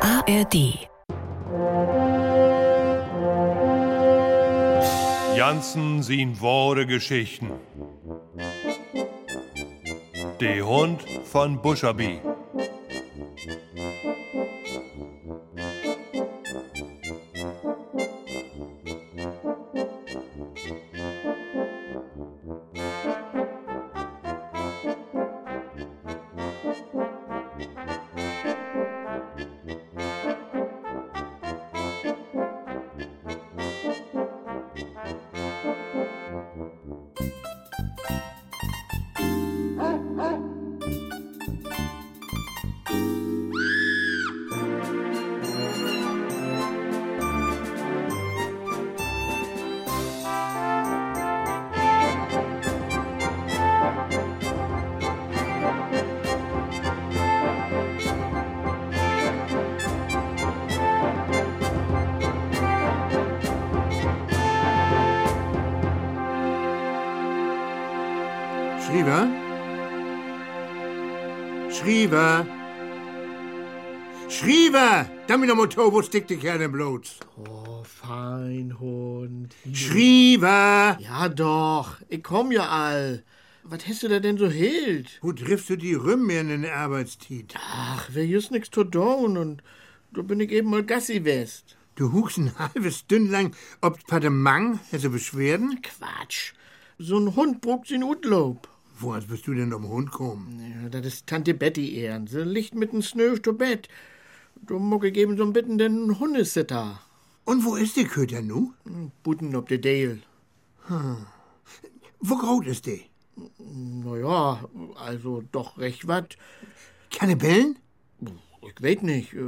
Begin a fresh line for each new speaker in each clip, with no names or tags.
ARD.
Jansen sind wahre Geschichten. Die Hund von Buschabi.
Schriever? Schriever? Schriever! Da mit dem Motor, wo stickt dich her denn bloß?
Oh, Feinhund.
Schriever!
Ja doch, ich komm ja all. Was hast du da denn so hilt?
Wo triffst du die Rümmer in den Arbeitstit?
Ach, wer just nix zu tun und da bin ich eben mal Gassi west.
Du huchst ein halbes Stünd lang, ob Pademang, hätte Beschwerden?
Quatsch. So ein Hund brugt sin Utlob.
Woher bist du denn am Hund kommen?
Ja, das ist Tante Betty ehren. Sie liegt mit'n Snöf to Bett. Du mucke geben so bitten den Hundesitter.
Und wo ist die Köter nu?
Buten ob de Dale.
Wo groß ist die?
Na ja, also doch recht wat.
Keine Bellen?
Ich weet nicht. äh,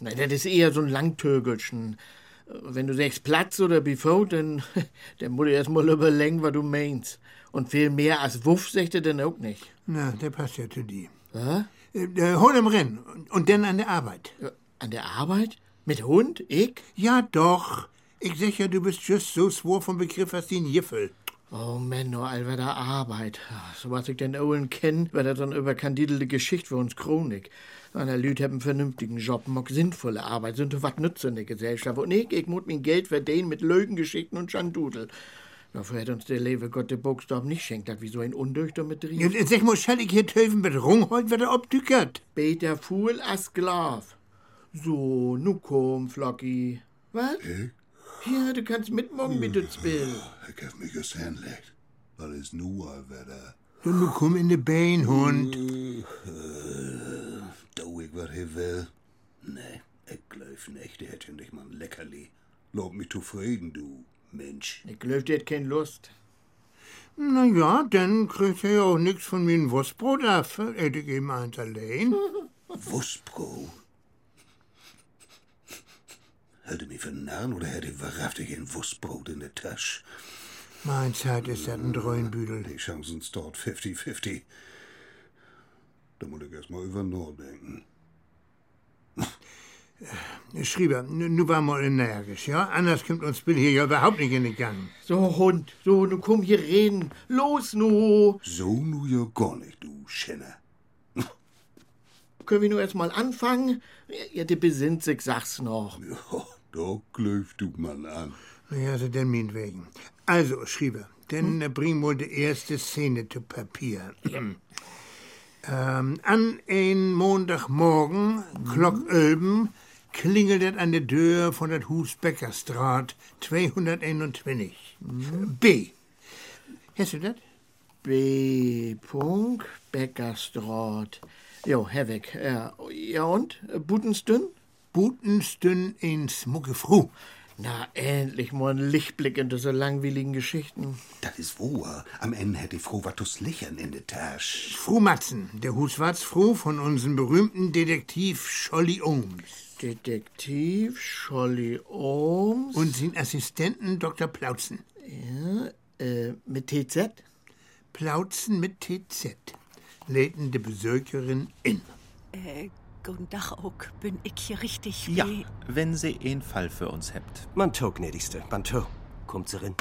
Na, das ist eher so ein Langtögelchen. Äh, Wenn du sagst Platz oder Befot, dann, dann musst du erst mal überlegen, was du meinst. Und viel mehr als Wuff sagt er dann auch nicht.
Na, der passt ja zu dir.
Hä?
Äh, der Hund im Rennen und, und dann an der Arbeit.
Äh, An der Arbeit? Mit Hund? Ich?
Ja, doch. Ich sag ja, du bist just so swor vom Begriff als den Jiffel.
Oh Mann, nur all der Arbeit. Ach, So was ich den Owen kenn, wär das dann überkandidelte Geschichte für uns Chronik. An der Lüt haben vernünftigen Job, mock sinnvolle Arbeit, sind so wat nütze in der Gesellschaft. Und ich, ich mut mein Geld verdienen mit Lügengeschichten und Schandudel. Dafür hätte uns der liebe Gott der Buchstab nicht schenkt, dat wie so ein Undurchter mit drin.
Jetzt, jetzt sag mal, schall ich hier töfen mit Rungholt, wer da obdückert?
Beter Fuhl as Sklav. So, nu komm, Flocky. Was? Ja, du kannst mitmachen, wie
Ah,
du zwill.
Ik heb me gesandlegd. Wat is nu al verder?
Du, nu komm in de Bein, Hund.
Äh, Doe ik wat hij wil? Nee, ik geloof niet. Die hätte nicht mal ein Leckerli. Lob mich zufrieden, du Mensch.
Ich glaub, der hat keine Lust.
Na ja, dann kriegt er ja auch nix von mir ein Wurstbrot ab. Hätte ich ihm eins allein.
Wurstbro. Hätte mich vernahen oder hätte ich wahrhaftig ein Wurstbrot in der Tasche?
Mein Zeit ist das ein Dröhnbüdel.
Die Chancen sind dort 50-50. Da muss ich erst mal über nachdenken.
Schrieber, nu nu war mal energisch, ja? Anders kommt uns Bill hier ja überhaupt nicht in den Gang.
So, Hund, so, nun komm hier reden. Los, nu.
So nu ja gar nicht, du Schenner.
Können wir nur erstmal anfangen? Ja, der besinnt sich, sag's noch.
Ja, da klöft du mal an.
Ja, also denn meinetwegen. Also, Schrieber, denn
Hm?
äh, bring wohl die erste Szene zu Papier. ähm, an ein Montagmorgen,
Mhm.
Glock Ölben, klingelt es an der Tür von der Husbeckerstraat 221.
Mhm.
B. Hast du das?
B. Punk, Bäckerstraat. Jo, Hevig. Ja, ja und? Butenstünn?
Butenstünn in Smucke Fru.
Na, endlich mal ein Lichtblick in diese langweiligen Geschichten.
Das ist wahr. Am Ende hätte ich froh, was das Lächeln in der Tasche.
Fru Matzen, der Huswarts Fru von unserem berühmten Detektiv Scholli Ohms
Detektiv Scholli Ohms.
und seinen Assistenten Dr. Plautzen.
äh, mit TZ?
Plautzen mit TZ läden die Besökerin in.
Äh, guten Tag, Ock. Bin ich hier richtig?
Ja,
Wie-
wenn sie einen Fall für uns hebt.
Manteau, gnädigste, Manteau. Kommt sie rin.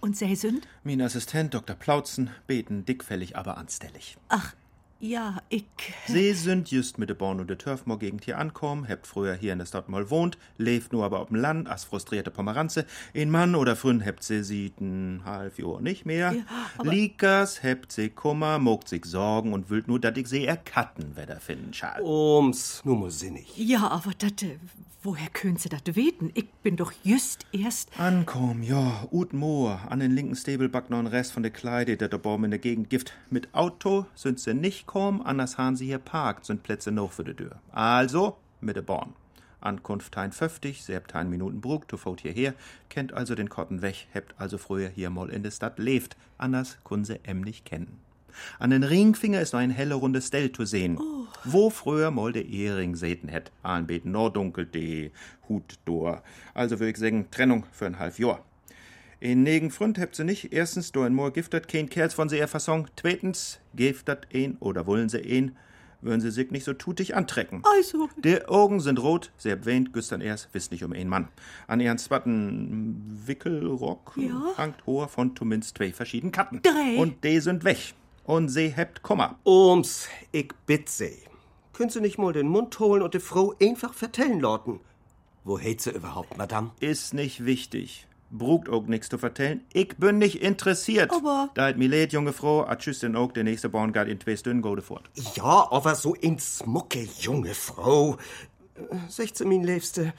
Und sei sünd?
Mein Assistent Dr. Plautzen beten dickfällig, aber anstellig.
Ach, Ja, ich.
Sie sind just mit der Born- und der Turfmoor-Gegend hier ankommen, habt früher hier in der Stadt mal wohnt, lebt nur aber auf dem Land, als frustrierte Pomeranze. In Mann oder Frün habt sie sieht ein halb Jahr nicht mehr. Likas habt sie Kummer, mogt sich Sorgen und willt nur, dat ich sie erkatten, wer da finden schall.
Ums, nur mal sinnig.
Ja, aber dat. äh, Woher können Sie dat weten? Ich bin doch just erst.
Ankom, ja, ut Moor, an den linken Stäbelback noch ein Rest von der Kleide, der der Baum in der Gegend gift. Mit Auto sind sie nicht kommen, anders haben sie hier parkt, sind Plätze noch für die Tür. Also, mit der Born. Ankunft tein 50, selbst tein Minuten Brug, to faut hierher, kennt also den Kotten weg, hebt also früher hier mal in der Stadt lebt, anders kun se em nicht kennen. An den Ringfinger ist noch ein helle runde Stell zu sehen, wo früher mal der Ehering säten hätt. Anbeten Nordunkel, de Hut dor. Also würd ich sagen, Trennung für ein halb Jahr. In negen Front hebt sie nicht. Erstens, do ein Moor giftet kein Kerls von sie ihr Fassung. Zweitens, giftet ihn oder wollen sie ihn, würden sie sich nicht so tutig antrecken.
Also.
Der Augen sind rot, sehr erwähnt, güstern erst, wisst nicht um einen Mann. An ihren zwatten Wickelrock hangt hoher von zumindest zwei verschiedenen Katten.
Drei.
Und die sind weg. Und sie hebt Kummer.
Ums, ich bitt sie. Können Sie nicht mal den Mund holen und die Frau einfach vertellen lauten? Wo hält sie überhaupt, Madame?
Ist nicht wichtig. Brugt auch nix zu vertellen. Ich bin nicht interessiert.
Aber-
Da hat mir leid, junge Frau. A tschüss den auch, der nächste Borngard in zwei Stunden gode fort.
Ja, aber so in Smucke, junge Frau. Äh, 16 min lebste.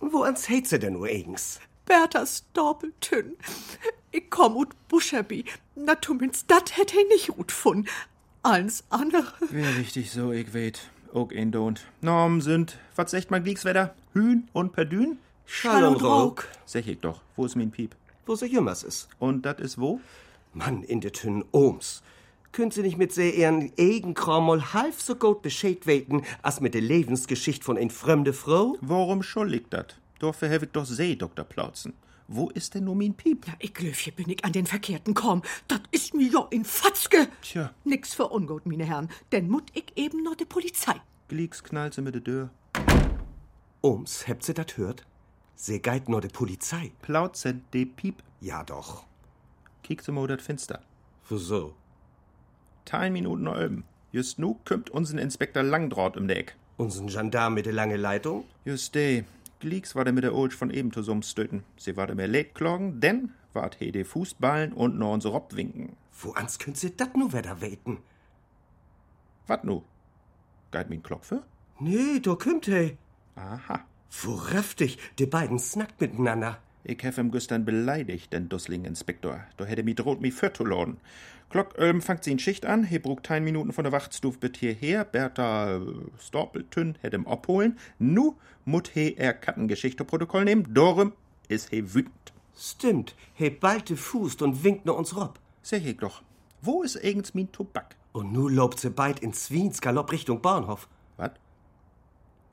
Wo ans hält sie denn nur eigens?
Berthas Doppeltön. Ich komm ut Buscherbi. Na, zumindest dat hätt ich nicht gut von. Alles andere.
Wär richtig so, ich weet. Auch in don't. Norm sind, was sagt man Gliekswetter? Hühn und Perdün?
Schall und Rauch.
Sech ich doch. Wo ist mein Piep?
Wo sie jümmers ist.
Und dat ist wo?
Mann, in de Tünn Ohms. Können Sie nicht mit se Ehren Egenkram mal halb so gut Bescheid weten, als mit der Lebensgeschichte von ein fremde Frau?
Warum schuldig dat? Dorfe habe ich doch See, Dr. Plautzen. Wo ist denn nur mein Piep?
Ja, ich glaub, hier bin ich an den Verkehrten komm. Dat ist mir ja in Fatzke.
Tja.
Nix für ungut, meine Herren. Denn mut ich eben noch die Polizei.
Glieks knallt sie mit der Tür.
Ohms, habt sie dat hört? Se geit nur de Polizei.
Plautzen, de Piep.
Ja doch.
Kiek sie mal dat Finster.
Wieso?
Tein Minuten nach oben. Just nu kümmt uns'n Inspektor Langdraht um de Eck.
Unseren Gendarm mit der lange Leitung?
Just de. Glieks war der mit der Ulsch von eben zusammenstöten. Sie war der mehr Lädklagen, denn wart he de Fußballen und noch unser Rob winken.
Wo ans können Sie dat nur wieder weten?
Wat nu? Geit min Klopfe?
Nee, da kümmt hey.
Aha.
Wo raftig, die beiden snackt miteinander.
Ich hef im Güstern beleidigt, den Dussling Inspektor. Du hätte mi droht, mi förtulon. Glock, ähm, fangt sie in Schicht an, he brugt tein Minuten von der Wachtstuf bit hierher, Bertha äh, Storpeltün hätt im abholen. Nu mut he er Kattengeschichte Protokoll nehmen, dorum is he wütend.
Stimmt, he ballt de Fuß und winkt nur uns rob.
Seh ich doch, wo is eigens min Tobak?
Und nu lobt sie beid in Wiens Galopp Richtung Bahnhof.
Wat?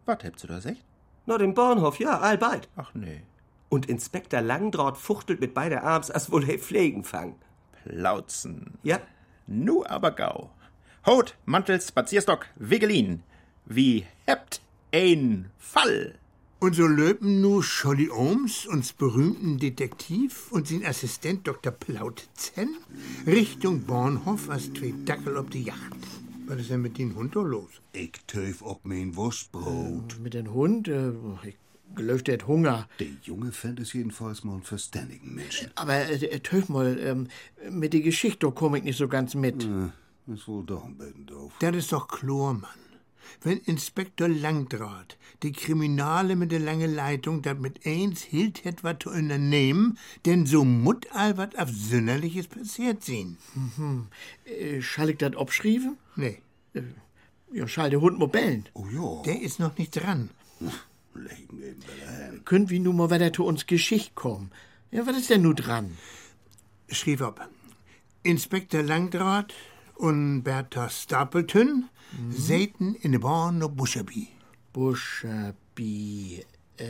Wat hebt du da secht?
Na, den Bahnhof, ja, allbald.
Ach nee.
Und Inspektor Langdraht fuchtelt mit beider Arms, als wohl er Pflegen fangen.
Plauzen.
Ja,
Nu aber gau. Haut, Mantel, Spazierstock, Wigelin. Wie hebt ein Fall?
Und so löpen nu Scholli Ohms, uns berühmten Detektiv und sein Assistent Dr. Plautzen Richtung Bornhof als zwei Dackel ob die Yacht. Was ist denn mit dem Hund da los?
Ich töf ob mein Wurstbrot.
Mit dem Hund? Äh, ich glaub, der hat Hunger.
Der Junge fand es jedenfalls mal einen verständigen Menschen.
Aber äh, töf mal, ähm, mit der Geschichte komm ich nicht so ganz mit.
Äh, Ist wohl doch ein bisschen doof.
Das ist doch Klormann. Wenn Inspektor Langdraht die Kriminale mit der langen Leitung dat mit eins hielt hätt wat zu unternehmen, denn so mut all wat auf Sünderliches passiert sein.
Äh, schall ich das abschrieben? Äh,
Nee,
Ja, schall der Hund mal bellen.
Oh ja,
der ist noch nicht dran.
leg mir eben bei der Hand.
Können wir nun mal wieder zu uns Geschichte kommen? Ja, was ist denn nun dran?
schrieb ab. Inspektor Langdraht und Bertha Stapleton säten Mhm. in der Born no Buscherby.
Buschabi. Äh,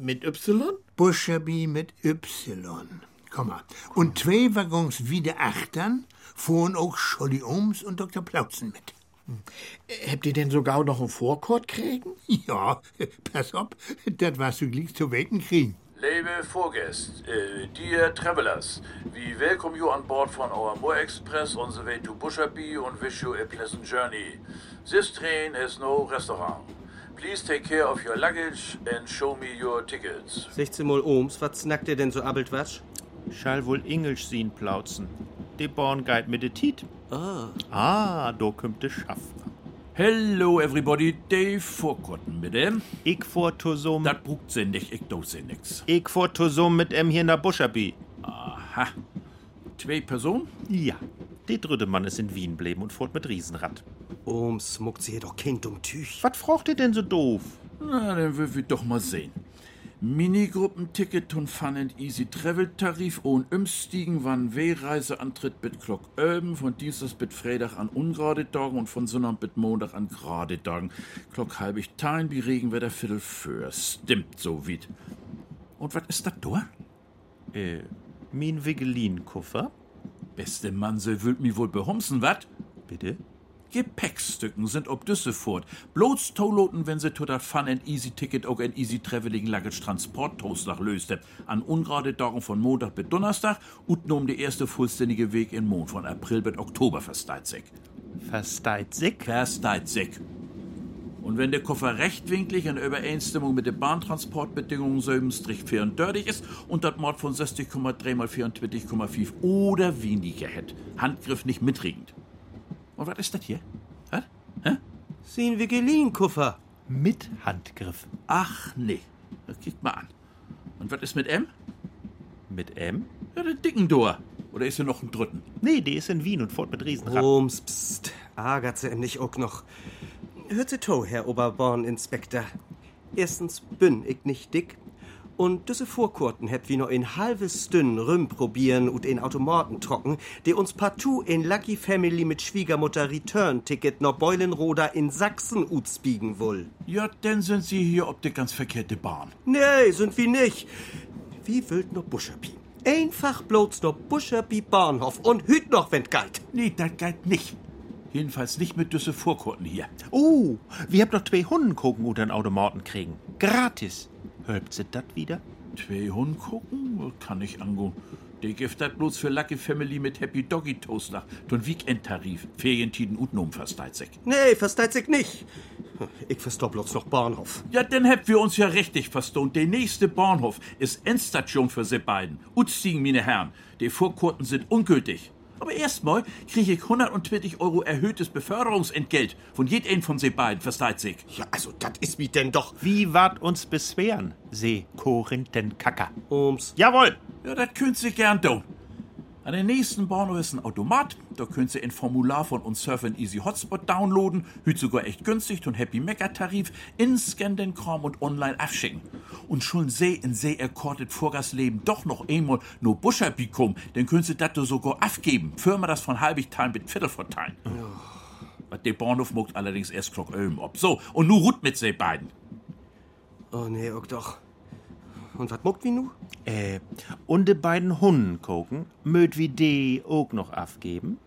mit Y?
Buscherby mit Y, Komma. Und zwei Waggons wieder achtern fuhren auch Scholli Ohms und Dr. Plautzen mit.
Äh, Habt ihr denn sogar noch einen Vorkort kriegen?
Ja, pass ob, das warst du gleich zu wecken kriegen.
Liebe Vorgäste, äh, dear travelers, we welcome you on board from our Moor Express on the way to Bushabi and wish you a pleasant journey. This train has no restaurant. Please take care of your luggage and show me your tickets.
16 Mal Ohms, was snackt ihr denn so abelt was?
Schall wohl Englisch sehen plauzen. De Born geht mit de Tiet. Ah. Ah, do kümmt de Schaffner.
Hello everybody, Dave Vorkotten mit dem.
Ich vor Tusum.
Das brugt sie nicht, ich dose sie nix.
Ich vor Tusum mit em hier in der Buscherbi.
Ha, zwei Personen?
Ja. De dritte Mann ist in Wien bleiben und fort mit Riesenrad.
Ohms muckt sie hier doch Kind um Tüch.
Was frocht ihr denn so doof?
Na, dann will wir doch mal sehen. Minigruppenticket und Fun and Easy Travel Tarif ohne Umstiegen, wann W-Reiseantritt mit Glock Öben, von Dienstag bis Freitag an ungerade Tagen und von Sonntag bis Montag an gerade Tagen. Glock halbig Tein, wie Regenwetter Viertel für. Stimmt so weit. Und was ist das da?
Äh, Min Wigelin-Koffer?
Beste Mann, se wüllt mi wohl behumsen, wat?
Bitte?
Gepäckstücken sind ob Düsselfurt. Bloß Toloten, wenn sie to dat Fun and Easy Ticket auch ein Easy Traveling Luggage Transport Toastdag löste. An ungerade Tagen von Montag bis Donnerstag und um die erste vollständige Weg in Mond von April bis Oktober versteizig.
Versteit sich?
Versteizig. Und wenn der Koffer rechtwinklig in Übereinstimmung mit den Bahntransportbedingungen 7-34 ist und das Mord von 60,3 mal 24,5 oder weniger hätt, Handgriff nicht mitregend. Und was ist das hier? Was?
Sehen wir Geliehenkuffer.
Mit Handgriff.
Ach nee. Das Kick mal an. Und was ist mit M?
Mit M?
Ja, der dicken Dor. Oder ist hier noch ein dritten?
Nee, die ist in Wien und fort mit Riesenrad.
Ohms, pst, ärgert sie em nicht auch noch. Hört sie to, Herr Oberborninspektor. Erstens bin ich nicht dick. Und diese Vorkurten hätt wie noch ein halbes Dünn Rüm probieren und in Automaten trocken, der uns partout in Lucky Family mit Schwiegermutter Return-Ticket nach Beulenroder in Sachsen utspiegen will.
Ja, dann sind Sie hier ob der ganz verkehrte Bahn.
Nee, sind wir nicht. Wie wild nur Buscherpi. Einfach bloß nur Buscherpi Bahnhof und hüt noch, wenn galt.
Nee, das geht nicht. Jedenfalls nicht mit düsse Vorkurten hier.
Oh, wir habt noch zwei Hunden gucken oder einen Automaten kriegen. Gratis. Hölpt sie dat wieder?
Zwei Hund gucken? Kann ich angucken. Der gibt das bloß für Lucky Family mit Happy Doggy Toast nach. Ton Weekend-Tarif. Ferientiden und Numfasteizeck.
Nee, versteht sich nicht. Ich versteh bloß noch Bahnhof.
Ja, dann hätten wir uns ja richtig verstanden. Der nächste Bahnhof ist Endstation für sie beiden. Utzigen, meine Herren. Die Vorkurten sind ungültig. Aber erstmal kriege ich 120 Euro erhöhtes Beförderungsentgelt von jedem von sie beiden, versteht sich.
Ja, also das ist wie denn doch.
Wie wart uns beschweren? See Korinthenkacker.
Ums.
Jawohl!
Ja, das könnt sie gern tun. An der nächsten Bahnhof ist ein Automat. Da könnt ihr ein Formular von uns Surfing Easy Hotspot downloaden. Hüt sogar echt günstig und Happy Mega Tarif. Inscan den Kram und online abschicken. Und schon seh in seh erkortet Vorgasleben doch noch einmal nur Buscherpikum. Dann könnt ihr das sogar abgeben. Firma das von halbig teilen mit Viertel verteilen. Was der Bahnhof muckt allerdings erst Glock Ölm ob. So, und nu ruht mit seh beiden.
Oh nee, auch doch. Und was muckt wie nu?
Äh, und de beiden Hunden gucken, möt wie de ook noch afgeben?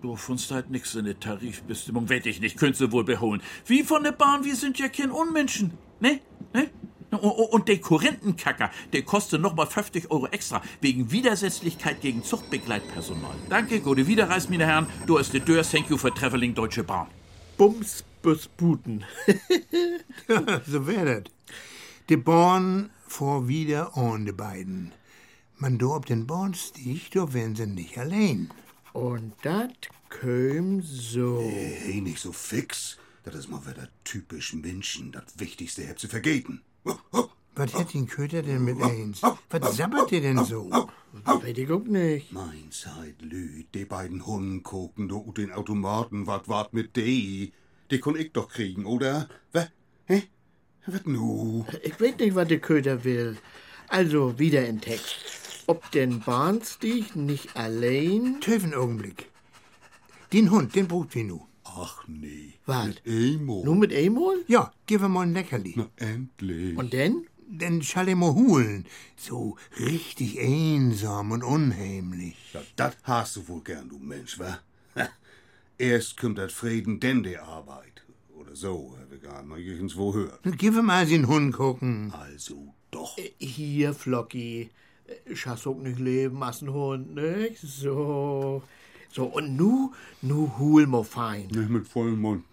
Du findest halt nix in der Tarifbestimmung. Wett ich nicht, könntest du wohl beholen. Wie von der Bahn, wir sind ja kein Unmenschen. Ne? Ne? Und, und der Korinthenkacker, der kostet nochmal 50 Euro extra, wegen Widersetzlichkeit gegen Zuchtbegleitpersonal. Danke, gute Wiederreis, meine Herren. Du hast die Dörr, thank you for traveling Deutsche Bahn.
Bums, Bus, Buten.
so wär das. De Born vor wieder ohne beiden. Man do ob den Born stieg, do wären sie nicht allein.
Und das köm so.
Hey, nicht so fix. Das ist mal wieder typisch Menschen. Das Wichtigste habt sie vergeten. Oh, oh,
Was hätt den Köter denn mit eins? Was sabbert ihr denn so?
Predigung nicht.
Mein Zeit lüd, die beiden Hunden gucken, do ut den Automaten, wat wart mit de? Die kon ich doch kriegen, oder? Wä? Hä? Wat nu?
Ich weiß nicht, was der Köder will. Also wieder in Text. Ob den Bahnstieg nicht allein.
Töven Augenblick. Den Hund, den braucht wir nu.
Ach nee.
Wat?
Emo.
Nur mit Amol?
Ja, gib ihm mal ein Leckerli.
Endlich.
Und denn?
Denn schall ihm mal holen. So richtig einsam und unheimlich.
Ja, das hast du wohl gern, du Mensch, wa? Ha. Erst kommt das Frieden, denn die Arbeit. Oder So, Herr Vegan, mag ich uns wo hören.
Nun gib mal den Hund gucken.
Also doch.
Äh, Hier, Flocki. Äh, Schaffst auch nicht leben, hast einen Hund, nicht? So. So, und nu, nu hol mo fein.
Nicht mit vollem Mund.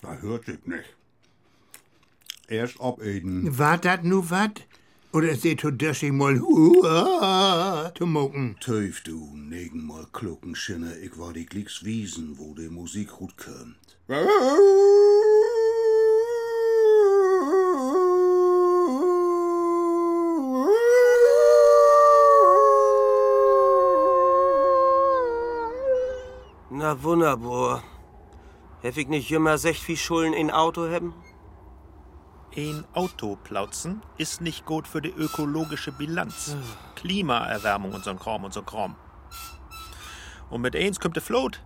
Da hört sich nicht. Erst abeden.
War dat nu wat? Oder ist der Todeschi mal hua zu mucken?
Töf du, negen mal Kluckenschinne, ich war die Glicks Wiesen, wo die Musik gut kömmt.
Na wunderbar. Hätte ich nicht immer sech wie Schulden in Auto haben?
Ein Autoplauzen ist nicht gut für die ökologische Bilanz. Klimaerwärmung und so'n Kram und so'n Kram. Und mit eins kommt der Float.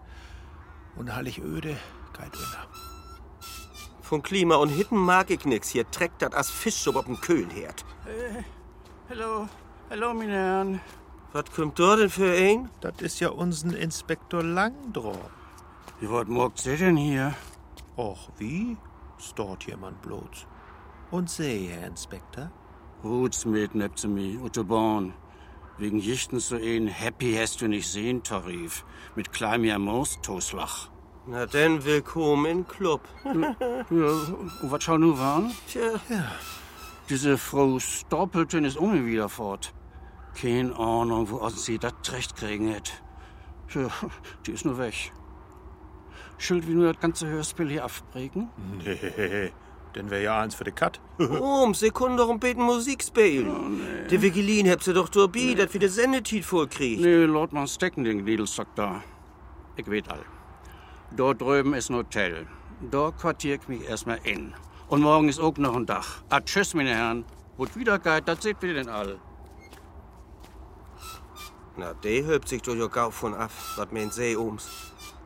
Und hallig öde, geit öner.
Von Klima und Hitten mag ich nix. Hier trägt dat as Fischsuppe auf dem Köhlherd.
Äh, Hallo, hallo, meine Herren.
Was kommt da denn für ein?
Das ist ja uns'n Inspektor Langdraw.
Wie weit morgt ihr denn hier?
Och, wie? Stort jemand bloß. Und sehe, Herr Inspektor,
Huts mit Neptimi, Autobahn. Wegen Jichtens so ein Happy hast du nicht sehen, Tarif. Mit kleinem Moos, Toslach.
Na denn, willkommen im Club.
Ja, und was schau nu waren?
Tja,
Diese Frau Stoppelton ist ohne wieder fort. Keine Ahnung, wo aus sie das recht kriegen hätt. Tja, die ist nur weg. Schuld, wie nur das ganze Hörspiel hier abbrechen?
Nee, denn wär ja eins für die Cut.
oh, um Sekunde rum beten Musik spielen. Oh, nee. Der Vigilin hebt sie doch Turbi, dat wir de Sendetit vollkriegt.
Nee, Lord mal stecken den Glidelstock da. Ich weet all. Dort drüben ist ein Hotel. Dort quartier ich mich erstmal in. Und morgen ist auch noch ein Dach. Ah, tschüss, meine Herren. Gut wieder geht, das seht wir denn all.
Na, de hebt sich durch ihr Gau von ab. Was meint sie ums?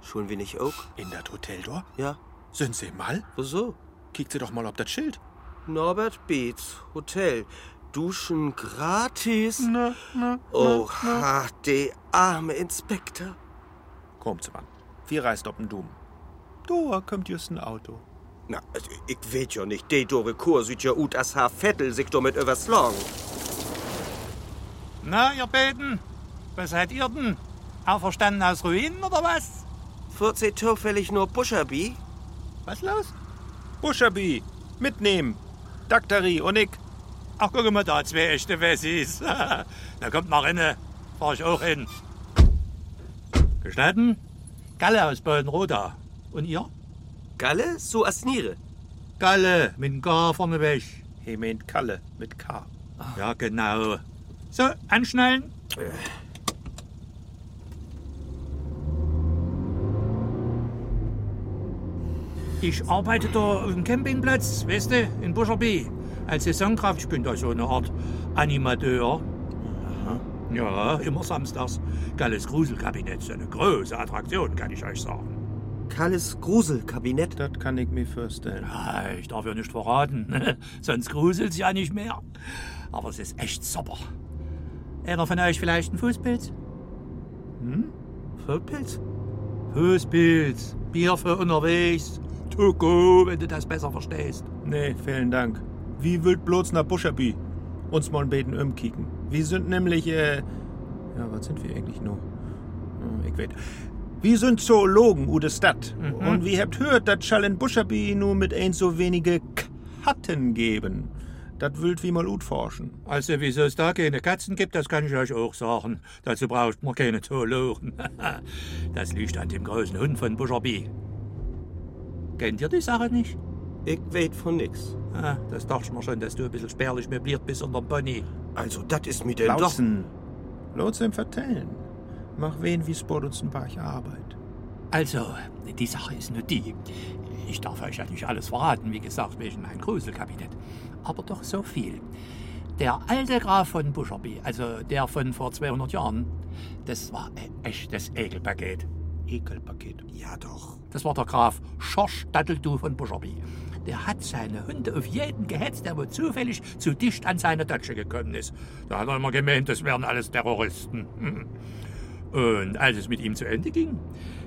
Schon wir nicht auch?
In dat Hoteldor?
Ja,
Sind Sie mal?
wieso?
Kickt Sie doch mal ob das Schild.
Norbert Beetz, Hotel. Duschen gratis.
Ne,
Na, na, oh, ha, de arme Inspektor.
Kommt, Mann. Wir reist ob'n Doom. Da kommt just ein Auto.
Na, also, ich weet ja nicht, de Dore Kur sieht ja ut as Haar Vettel sich doch mit überslang.
Na, ihr Beten, was seid ihr denn? Auferstanden aus Ruinen oder was?
Wird sie zufällig nur Buscherbi?
Was los? Buschabi, mitnehmen. Daktari und ich.
Ach, guck mal da, zwei echte Wessis. da kommt mal inne, fahr ich auch hin. Gestatten? Galle aus Beulenroda. Und ihr?
Galle, so as Niere.
Galle, mit dem Gar vorne weg.
He meint Kalle mit K.
Ja, genau. So, anschnallen. Ich arbeite da auf dem Campingplatz, weißt du, in Buscherby. Als Saisonkraft, ich bin da so eine Art Animateur. Ja, immer samstags. Galles Gruselkabinett, so eine große Attraktion, kann ich euch sagen.
Kalles Gruselkabinett.
Das kann ich mir vorstellen.
Ah, Ich darf ja nicht verraten, sonst gruselt's ja nicht mehr. Aber es ist echt super. Einer von euch vielleicht ein Fußpilz?
Hm?
Vollpilz?
Fußpilz, Bier für unterwegs, to go, wenn du das besser verstehst.
Nee, vielen Dank. Wie wild bloß nach Buschabi? Uns mal beten umkicken. Wir sind nämlich, äh. Ja, was sind wir eigentlich nur? Hm, Ich weet. Wir sind Zoologen, ude Stadt.
Mhm.
Und wir habt hört, dat schall in Buschabi nur mit ein so wenige Katten geben. Dat wild wie mal ut forschen.
Also, wieso es da keine Katzen gibt, das kann ich euch auch sagen. Dazu braucht man keine Zoologen. Das liegt an dem großen Hund von Buscherby. Kennt ihr die Sache nicht?
Ich weet von nix.
Ah, das dachte ich mir schon, dass du ein bisschen spärlich möbliert bist unterm Pony.
Also, das ist mir denn doch.
Lautzen. Lautzen vertellen. Mach wen wie Sport uns ein paar Arbeit.
Also, die Sache ist nur die. Ich darf euch ja nicht alles verraten, wie gesagt, wegen meinem Gruselkabinett. Aber doch so viel. Der alte Graf von Buscherby, also der von vor 200 Jahren, das war ein echtes Ekelpaket.
Ekelpaket.
Ja, doch.
Das war der Graf Schorsch Datteldu von Buscherby. Der hat seine Hunde auf jeden gehetzt, der wohl zufällig zu dicht an seine Deutsche gekommen ist. Da hat er immer gemeint, das wären alles Terroristen. Und als es mit ihm zu Ende ging,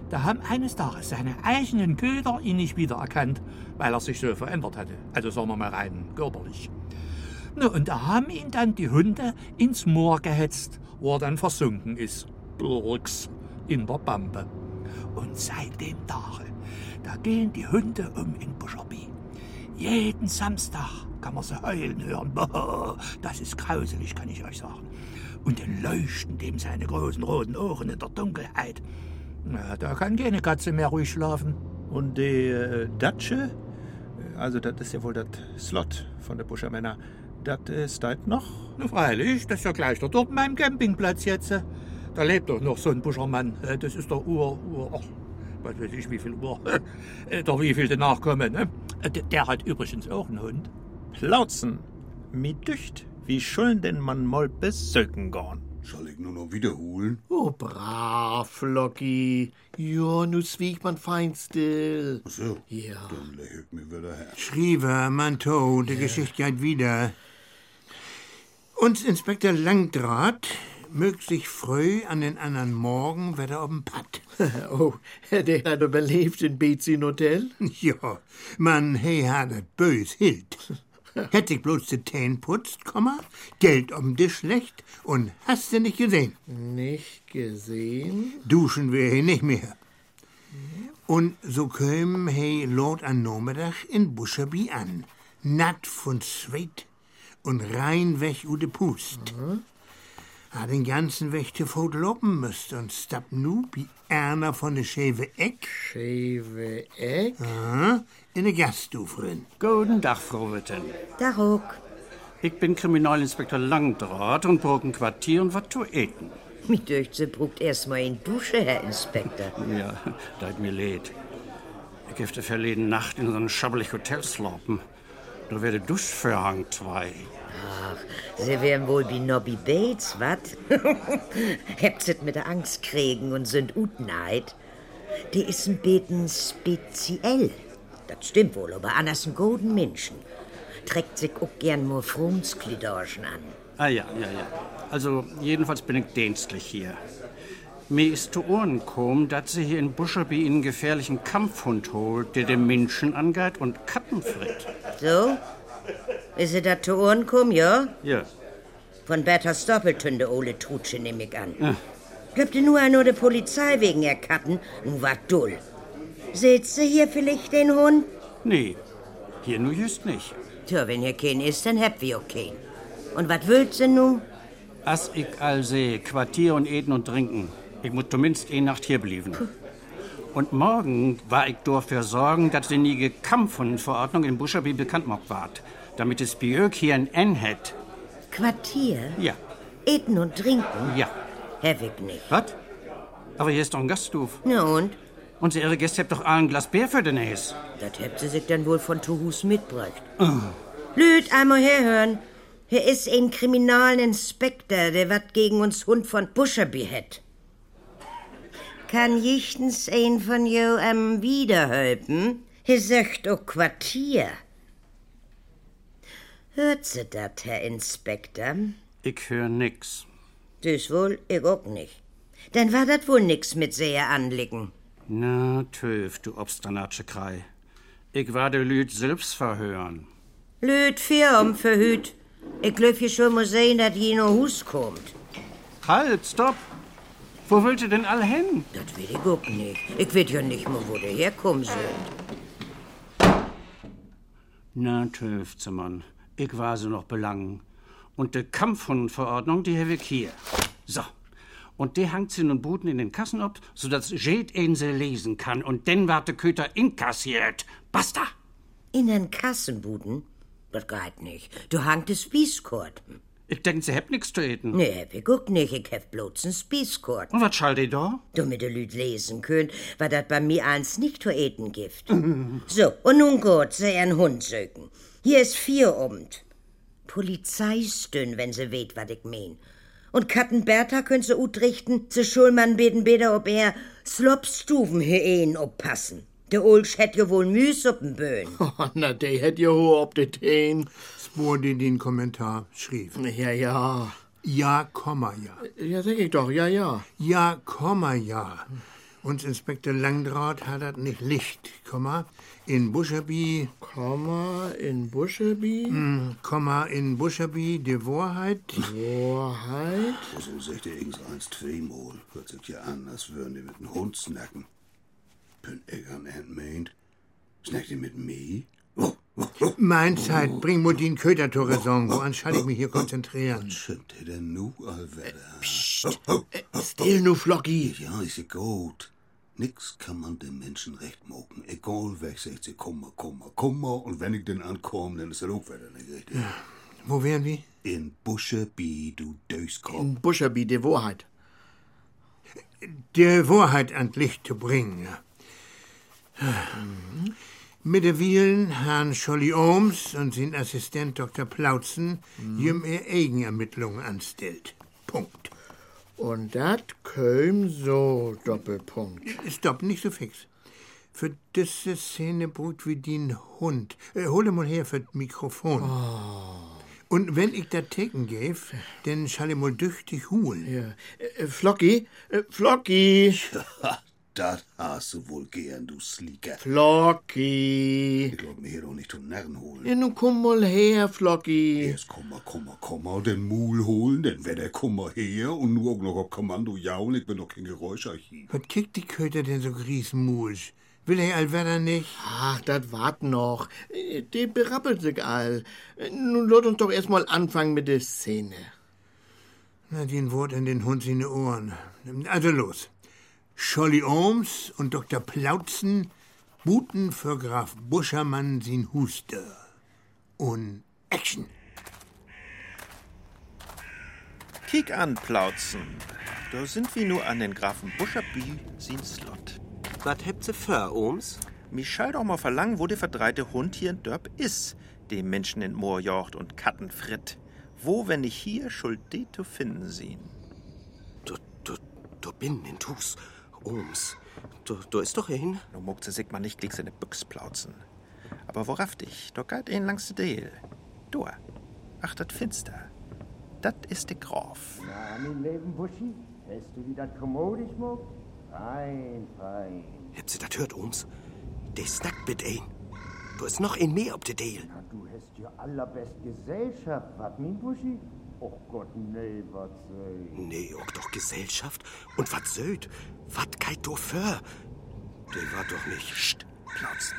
da haben eines Tages seine eigenen Köder ihn nicht wiedererkannt, weil er sich so verändert hatte. Also sagen wir mal rein körperlich. Na, und da haben ihn dann die Hunde ins Moor gehetzt, wo er dann versunken ist. Blurks, in der Bambe. Und seit dem Tage, da gehen die Hunde um in Buscherby. Jeden Samstag kann man sie heulen hören. Das ist grauselig, kann ich euch sagen. Und dann leuchten dem seine großen roten Ohren in der Dunkelheit. Na, da kann keine Katze mehr ruhig schlafen.
Und die äh, Datsche, also das ist ja wohl das Slot von der Buschermänner, das ist das noch?
Na, freilich, das ist ja gleich da dort meinem Campingplatz jetzt. Da lebt doch noch so ein Buschermann. Äh, Das ist der Ur, Ur, ach, was weiß ich, wie viel Uhr. Äh, Der wievielte Nachkomme, ne? Äh, d- Der hat übrigens auch einen Hund.
Plauzen, mi dücht, wie schön denn man mal besöcken gorn.
Soll ich nur noch wiederholen?
Oh, brav, Flocki. Ja, nu schwieg man fein still.
So,
Ja.
dann lehrt mir wieder her.
Schriever, Manto, die Geschichte geht wieder. Uns Inspektor Langdraht mögt sich früh an den anderen Morgen wieder auf dem Patt.
Oh, der hat überlebt in Bezin Hotel.
Ja, man, hey, hat das bös hilt. Hätt sich bloß die Tänen putzt, Komma, Geld um Tisch schlecht und hast du nicht gesehen.
Nicht gesehen?
Duschen wir hier nicht mehr. Und so kämen hey Lord an Nomedach in Buscherby an. Natt von Sweet und rein weg u de Pust.
Mhm.
Hat den ganzen Weg zu Fot loppen müsst und stapp nu bi Erna von de Schäve Eck
Schäve Eck?
aha, in de Gaststufe rin.
Guten Tag, Frau Witten.
Der Ruck.
Ich bin Kriminalinspektor Langdraht und brauche ein Quartier und was zu eten.
Mich dürft sie brucht erstmal in Dusche, Herr Inspektor.
Ja, da hat mir leid. Ich habe die verleden Nacht in so einem schabbelig Hotel slopen. Da wäre der Duschvorhang zwei.
Sie wären wohl wie Nobby Bates, wat? Habt sie mit der Angst kriegen und sind Utenheit. Die ist ein beten speziell. Das stimmt wohl, aber anders ein guten Menschen. Trägt sich auch gern nur Frumsklidoschen an.
Ah ja, ja, ja. Also jedenfalls bin ich dienstlich hier. Mir ist zu Ohren gekommen, dass sie hier in Buscherby einen gefährlichen Kampfhund holt, der den Menschen angeht und Kappen fritt.
So? Ist sie da zu Ohren kommen, ja?
Ja.
Von Berthas Doppeltünde, Ole Trutsche, nehm ich an. Glaubt ihr nur an nur der Polizei wegen ihr Katten? Nun war dull. Seht sie hier vielleicht den Hund?
Nee, hier nur just nicht.
Tja, wenn hier kein ist, dann habt ihr auch keinen. Und was wollt sie nun?
As ich also Quartier und Eten und Trinken. Ich muss zumindest eine Nacht hier blieben. Und morgen war ich dafür sorgen, dass die nie Kampfhundenverordnung in Buscherby bekannt mag ward, damit das Biök hier ein N hat.
Quartier?
Ja,
Eten und trinken?
Oh ja.
Hab ich nicht.
Was? Aber hier ist doch ein Gasthof.
Na und?
Und ihre Gäste habt doch allen Glas Bier für den Eis.
Das habt sie sich dann wohl von Tuhus mitbracht.
Oh.
Lüt, einmal herhören. Hier ist ein Kriminalinspektor, der wat gegen uns Hund von Buscherby hat. Kann jichtens ein von jo am wiederhelpen? Hier sagt o Quartier. Hört sie dat, Herr Inspektor?
Ich höre nix.
Das wohl, ich auch nicht. Dann war dat wohl nix mit sehr anliegen.
Na, Töf, du obstanatsche Krei. Ich war der Lüd selbst verhören.
Lüt vier um verhüt. Ich glaub hier schon mal sehen, dass jeno Hus kommt.
Halt, stopp! Wo wollt ihr denn alle hin?
Das will ich auch nicht. Ich will ja nicht mal, wo der herkommen soll.
Na, Töfzemann, ich war so noch belangen. Und die Kampfhundenverordnung, die habe ich hier. So. Und die hangt sie nun Buten in den Kassen ab, sodass jed einen sie lesen kann. Und dann ward der Köter inkassiert. Basta!
In den Kassenbuden? Das geht nicht. Du hangt es Spießkort.
Ich denk, sie habt nix zu eten.
Nee, hab ich auch nicht. Ich hab bloß ein Spießkort.
Und was schallt ihr da?
Du mit der Lüd lesen könnt, war das bei mir eins nicht für Eten gibt. so, und nun gut, sie ein Hund sögen. Hier ist vier umt. Polizei stön, wenn sie weht, wat ich mein. Und Katten Bertha könnt sie utrichten, sie Schulmann beten beder ob er Slopstufen hier ehen oppassen. Der Ulsch hätt jo wohl Müs up'n Böen.
Oh, na, der hätt ja hoch ob de Teen.
Sport in den Kommentar schrieb.
Ja, ja.
Ja, Komma, ja.
Ja, sag ich doch, ja, ja.
Ja, Komma, ja. Uns Inspektor Langdraht hat das nicht Licht, Komma, in Buscherby. Komma, in Buscherby? Komma, in Buscherby, die Wahrheit. Wahrheit?
So sagt der Ings einst Femol. Hört sich ja an, als würden die mit dem Hund snacken. Bin ich an Handmaid? Snackt ihr mit mir?
Mein Zeit, bring mir den Köder zur Raison, wo anscheinend ich mich hier konzentrieren.
Stimmt der denn nu, Alweder?
Äh, Still nu, Flocki.
Ja, ist ja gut. Nix kann man den Menschen recht mogen. Egal, wer sagt, sie kummer, kummer, kummer. Und wenn ich denn ankomme, dann ist er auch wieder nicht richtig.
Wo wären wir?
In Busche, bi du Döskopf.
In Buscherby, die Wahrheit.
Der Wahrheit ans Licht zu bringen. Mit der Wielen Herrn Scholli Ohms und sein Assistent Dr. Plautzen
Mhm.
jüm er Eigenermittlungen anstellt. Punkt.
Und dat köm so, Doppelpunkt.
Stopp, nicht so fix. Für diese Szene brut wie den Hund. Äh, hol ihn mal her für das Mikrofon.
Oh.
Und wenn ich da Ticken gäb, dann schall ich mal düchtig hulen.
Äh, Flocki, äh, Flocki.
Das hast du wohl gern, du Sleeker.
Flocki.
Ich glaub mir hier doch nicht zum Narren holen.
Ja, nun komm mal her, Flocki.
Erst Kummer, Kummer, Kummer, den Mul holen, dann wär der Kummer her und nur auch noch auf Kommando jaulen. Ich bin doch kein Geräuscharchiv.
Was kickt die Köter denn so griesmulig? Will er Alverda nicht?
Ach, das wart noch. Äh, Die berappelt sich all. Äh, Nun lasst uns doch erstmal anfangen mit der Szene.
Na, den Wort in den Hund in die Ohren. Also los. Scholli Ohms und Dr. Plautzen buten für Graf Buschermann sin Huster. Und Action!
Kiek an, Plautzen. Da sind wir nur an den Grafen Buscherby, sin Slot.
Was habt ihr für, Ohms?
Mich schall doch mal verlangen, wo der verdreite Hund hier in Dörp ist, dem Menschen in Moorjocht und Kattenfritt. Wo, wenn nicht hier, schuld die zu finden sehen?
Du, du, du bin in Tus. Ohms, du, du ist doch hin.
Nu muckt sie sich mal nicht gleich seine Büchs plautzen. Aber worauf dich? Doch galt ihn langs de Deel. Du, ach, dat finster. Dat ist de Graf.
Na, mein Leben, Buschi, hast du wieder kommodisch, Muck? Fein, fein.
Habt ihr das hört, Ohms? Der snackt mit ein. Du ist noch ein mehr ob der Deal.
Na, du hast ja allerbest Gesellschaft, wat, mein Buschi? Och Gott, nee, wat sei.
Nee, auch doch Gesellschaft. Und wat söd? Wat geit du für? Der war doch nicht. Psst,
Plautzen.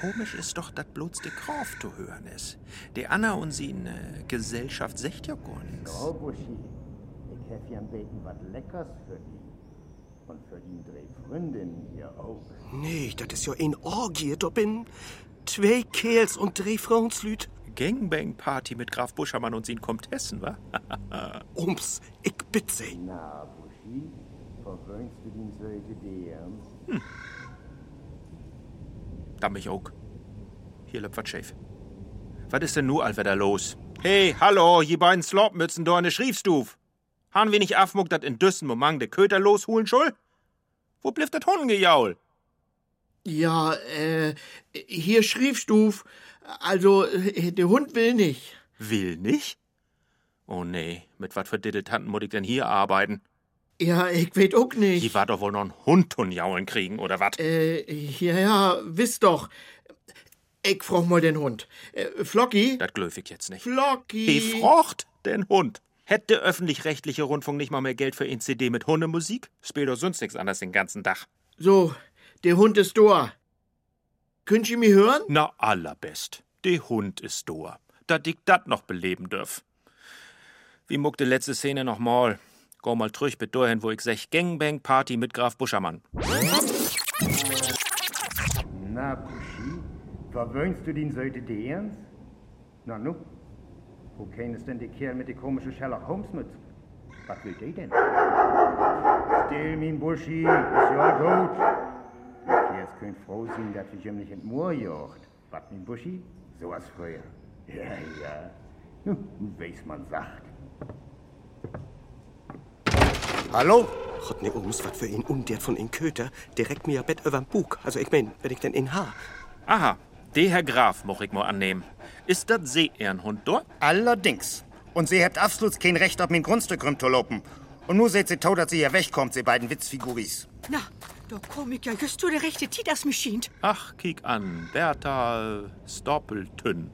Komisch ist doch, dat bloß de Graf zu hören ist. De Anna und sie in äh, Gesellschaft secht ja gar nix.
So, Buschi, ich hef ja am Beten wat Leckers für dich. Und für die drei Freundinnen hier auch.
Nee, das ist ja ein Orgie, da bin zwei Kerls und drei Frauenslüt.
Gangbang-Party mit Graf Buschermann und sin Komtessen, wa?
Ums, ich bitt sie.
Na, Buschi, verwöhnst du den Söte dir?
Da mich Hm. auch. Hier läuft was schief. Was ist denn nu all wieder los? Hey, hallo, die beiden Slopmützen do in der Schriefstuf. Han wir nicht afmuck, dat in düssen Moment de Köter losholen soll? Wo blieft dat Hundengejaul?
Ja, äh, hier Schriefstuf. Also, äh, der Hund will nicht.
Will nicht? Oh nee, mit wat für Dilettanten muss ich denn hier arbeiten?
Ja, ich weet auch nicht.
Die war doch wohl noch einen Hund tun jaulen kriegen, oder wat?
Äh, ja, ja, wisst doch. Ich frag mal den Hund. Äh, Flocki?
Dat glöf ich jetzt nicht.
Flocki!
Befrocht den Hund. Hätte der öffentlich-rechtliche Rundfunk nicht mal mehr Geld für E ein CD mit Hundemusik? Spielt doch sonst nix anders den ganzen Tag.
So, der Hund ist da. Könnt ihr mich hören?
Na allerbest, de Hund ist doa, da ich dat noch beleben dürf. Wie muck de letzte Szene noch mal? Go mal trüch mit dorthin, wo ich sech Gangbang Party mit Graf Buschermann.
Na, Buschi, verwöhnst du den Söte Dehrens? Na nu, wo kennst denn die Kerl mit der komischen Sherlock Holmes Mütze? Was will die denn? Still, mein Buschi, ist ja gut. Die Kerls können froh sein, dass ich ihm nicht in den Moor jocht. Was, mein Buschi? So was früher. Ja, ja. Nu, Wie's man sagt.
Hallo? Gott, nee, Ohms, wat oh, für ein Undert von ein Köter. Der reckt mir ja Bett überm Bug. Also, ich mein, wenn ich denn in Haar.
Aha, de Herr Graf moch ich mal annehmen. Ist dat Seeehrenhund dort?
Allerdings. Und sie habt absolut kein Recht, auf mein Grundstück rumzulopen. Und nur seht sie to, dass sie hier wegkommt, sie beiden Witzfiguris.
Na, da komm ich ja just zu der rechte Tid, das mich schient.
Ach, kiek an, Bertha Stoppeltünn,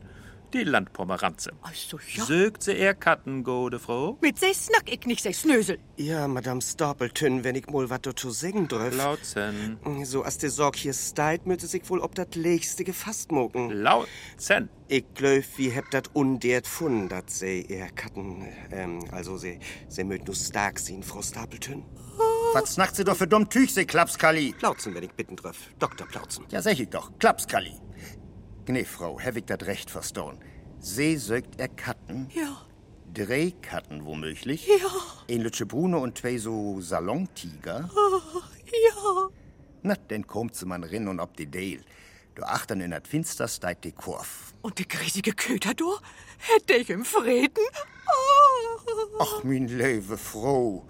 die Landpomeranze.
Ach so, Ah, ja.
Sögt sie er Katten, gode Frau?
Mit sei snack ich nicht, sei Snösel.
Ja, Madame Stapleton, wenn ich mal wat dazu sagen dröf.
Lautzen.
So als der Sorg hier steit, müsste sich wohl ob dat Lächste gefasst mogen.
Lautzen.
Ich glaub, wie heb dat undert fun, dat se ihr Katten, ähm, also se, se mögt nur stark sehen, Frau Stapleton.
Was snackt sie doch für dumm Tüch, sie Klapskalli?
Plautzen, wenn ich bitten dröf. Dr. Plautzen.
Ja, sag ich doch, Klapskalli. Nee, Frau, hab ich dat recht verstohlen. See sögt er Katten.
Ja.
Drei Katten womöglich.
Ja.
Ein Lütsche Brune und zwei so Salontiger.
Oh, ja.
Na, denn kommt sie man rin und ob die Dale. Du achtern in dat Finster steigt die Kurf.
Und die riesige Köter, du? Hätte ich im Frieden? Oh.
Ach, mein Lewe, Frau.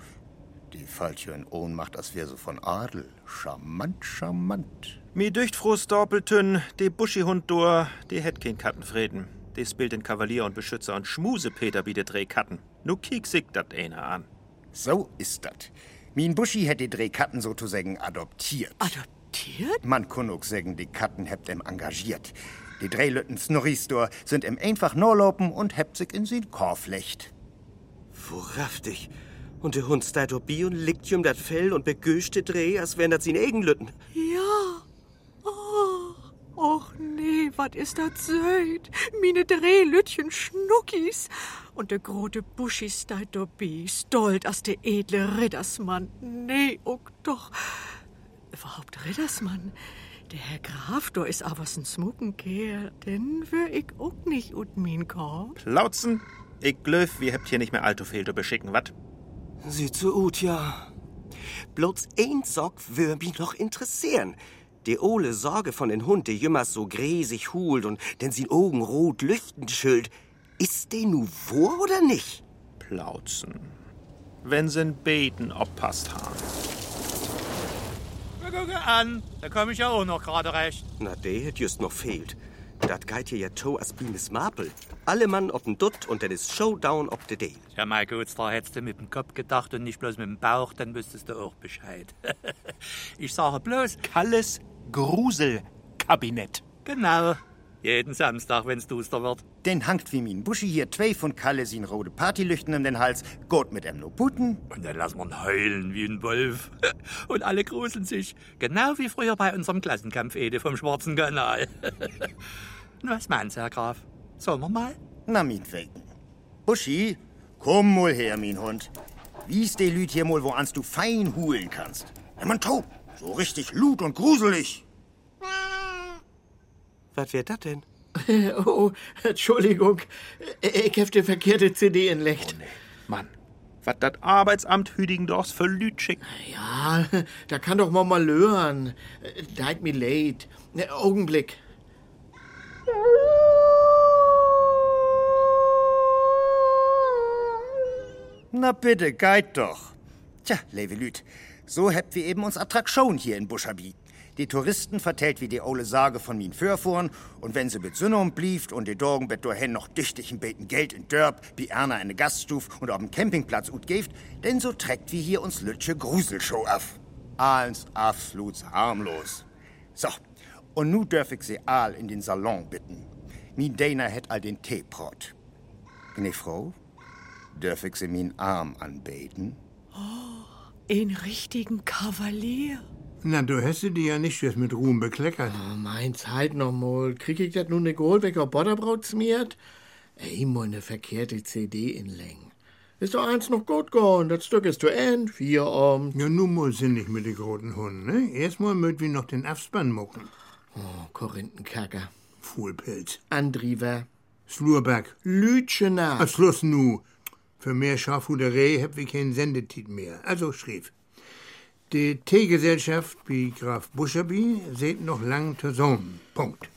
Die falsche in Ohnmacht, als wär sie von Adel. Charmant, charmant.
Mi dücht froh Stoppeltünn, de Buschihund dur, de hätt kein Kattenfreden. Des Bild den Kavalier und Beschützer und Schmusepeter bietet drei Katten. Nu kiek sich dat einer an.
So ist dat. Min Buschi hätt die drei Katten sozusagen adoptiert.
Adoptiert?
Man kunnug sägen, die Katten hebt em engagiert. Die drei Lütten Snorristor sind em einfach norlopen und hebt sich in sin Korflecht.
Woraff dich? Und der Hund steit ob bi und liegt ihm dat Fell und begüschte Dreh, als wären dat sin Egenlütten.
Ja. Oh. Och nee, wat is dat söd? Mine Drehlütchen Schnuckis. Und der grote Buschi steit dobi, stolt as der edle Riddersmann. Nee, och doch. Überhaupt Riddersmann? Der Herr Graf, do is aber's ein smucken Kerl. Den wär ich ook nicht ut min Korb.
Plautzen, ich glöf, wir hebt hier nicht mehr allzu viel zu beschicken, wat?
Sieht so gut, ja. Bloß ein Sorg würde mich noch interessieren. Die Ole Sorge von den Hund, der jümmers so gräsig hult und denn sin Augen rot lüchtend schild. Ist de nu wo oder nicht?
Plautzen. Wenn sie'n Beten oppasst haben.
Gucke an, da komme ich ja auch noch gerade recht.
Na, de hätt just noch fehlt. Dat geit hier ja to as Bimes Mapel. Alle Mann ob'n Dutt und dann ist Showdown ob de Day.
Ja, mein Gutsfrau, hättest du mit dem Kopf gedacht und nicht bloß mit dem Bauch, dann wüsstest du auch Bescheid. ich sage bloß... Kalles Gruselkabinett. Genau. Jeden Samstag, wenn's duster wird.
Den hangt wie min Buschi hier zwei von Kalle sin rote Partylüchten um den Hals, Gott mit em no Puten.
Und dann lassen wir'n heulen wie ein Wolf. Und alle gruseln sich. Genau wie früher bei unserem Klassenkampf, Ede, vom Schwarzen Kanal. Na, was meinst du, Herr Graf? Sollen wir mal?
Na, meinetwegen. Buschi, komm mul her, min Hund. Wies de Lüt hier mul, wo ans du fein hulen kannst. Wenn man to, so richtig lud und gruselig.
Was wär dat denn?
oh, Entschuldigung. Ich hab die verkehrte CD in Lecht.
Oh, Mann, wat dat Arbeitsamt Hüdingendorfs für Lüt schickt.
Ja, da kann doch mal mal lören. Deit mir leid. Ne, Augenblick.
Na bitte, geit doch. Tja, leve Lüt, so hebt wir eben uns Attraktion hier in Buschabi. Die Touristen vertellt wie die ole Sage von min Förfuhren und wenn sie mit Sünnum blieft und die Dorgen bet dorthin noch düchtig ein beten Geld in Dörp, bi Erna eine Gaststuf und auf dem Campingplatz ut geft, denn so trägt wir hier uns lütsche Gruselshow af. Ahls absolut harmlos. So, und nu dürf ich sie Aal in den Salon bitten. Min Dana hätt all den Tee prot. Gne Frau, dürf ich sie min Arm anbeten?
Einen richtigen Kavalier.
Na, du hättest die ja nicht jetzt mit Ruhm bekleckert.
Ah, Mein Zeit noch mal. Krieg ich das nun ne Goldbecker Butterbrot smiert? Ey, meine verkehrte CD in Längen. Ist doch eins noch gut gegangen. Das Stück ist zu End. Vier Abend.
Ja, nun mal sind nicht mit den großen Hunden, ne? Erstmal mögt wir noch den Afspann mucken.
Oh, Korinthenkacker.
Fuhlpilz.
Andriever.
Slurberg.
Lütschener.
Am Schluss nu. Für mehr Schafhuderei hab wir keinen Sendetit mehr. Also schrieb. Die Teegesellschaft wie Graf Buscherby seht noch lang zusammen. Punkt.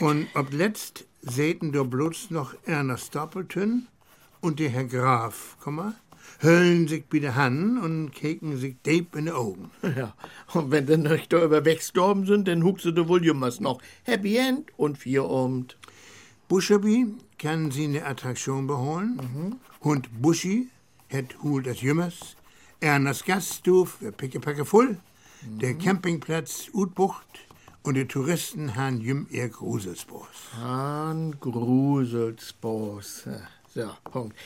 Und ob letzt säten der bloß noch Ernest Stapleton und der Herr Graf, Komma, höllen sich bei der Hand und keken sich deep in die Augen.
Oh. Ja, und wenn dann noch da überweg gestorben sind, dann huckst du de wohl jemals noch. Happy End und vier Abend.
ne Buscherby kann sie eine Attraktion beholen und Buschi het holt das Jümmers, Erners Gaststuf, wär pickepacke voll, der
Mhm.
Campingplatz Utbucht und die Touristen han Jüm ihr Gruselsbos.
Han Gruselsbos. So, Punkt.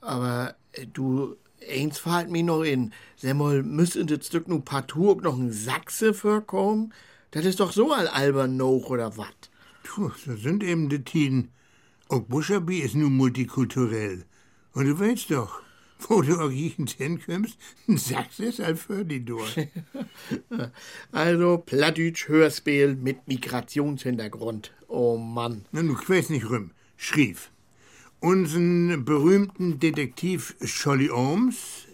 Aber äh, du, eins fällt mir noch in. Semmol, müssen das Stück nun partout auch noch ein Sachse vorkommen? Das ist doch so all albern noch, oder wat?
Puh, so sind eben die Tiden. Auch Buschabi ist nun multikulturell. Und du weißt doch, wo du auch jichens hinkommst, ein Sachse ist all für die durch.
Also Plattdütsch Hörspiel mit Migrationshintergrund. Oh Mann.
Na, du quälst nicht rüm. Schrieb. Unseren berühmten Detektiv Scholly Ohms.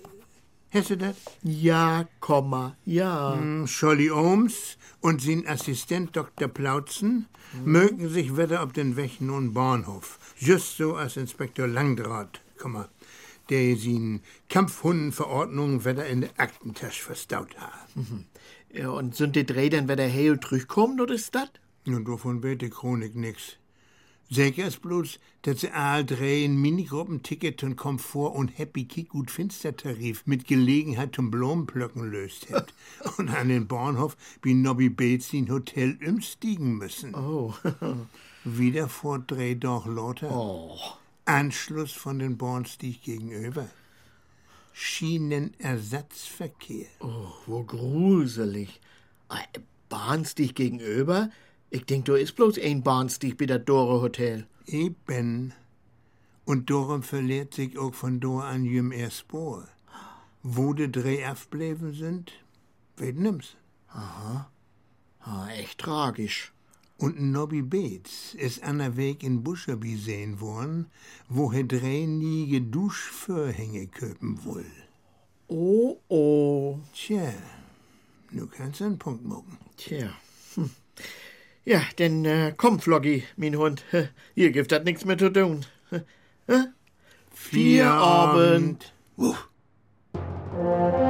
Hörst du das?
Ja, Komma, ja.
Hm, Scholly Ohms und sein Assistent Dr. Plautzen mögen sich wieder auf den Weg nun Bahnhof. Just so als Inspektor Langdraht, Komma, der sin Kampfhundenverordnung wieder in der Aktentasche verstaut hat.
Hm. Ja, und sind die drei dann, wenn der Hail zurückkommt, oder ist das?
Und davon wird die Chronik nix. Säger es bloß, dass sie all drei ein Minigruppenticket und Komfort und Happy Kick gut Finstertarif mit Gelegenheit zum Blumenpflöcken löst hätt. und an den Bahnhof wie Nobby Bates in Hotel umstiegen müssen.
Oh.
Wieder vor drei doch lauter.
Oh.
Anschluss von den Bornstieg gegenüber. Schienenersatzverkehr.
Oh, wo gruselig. Äh, Bahnstich gegenüber? Ich denk, du ist bloß ein Bahnstich bei der Dore Hotel.
Eben. Und darum verliert sich auch von da an jüm er Spor. Wo die drei aufbleiben sind, wer nimm's.
Aha. Ah, echt tragisch.
Und Nobby Bates ist an der Weg in Buscherby sehen worden, wo er drei nie geduscht Vorhänge köpen wohl.
Oh, oh.
Tja, du kannst einen Punkt mucken.
Tja. Hm. Ja, denn äh, komm, Floggy, mein Hund. Hä, Hier gibt das nichts mehr zu tun. Äh? Hä? Hä? Vier Abend.
Abend.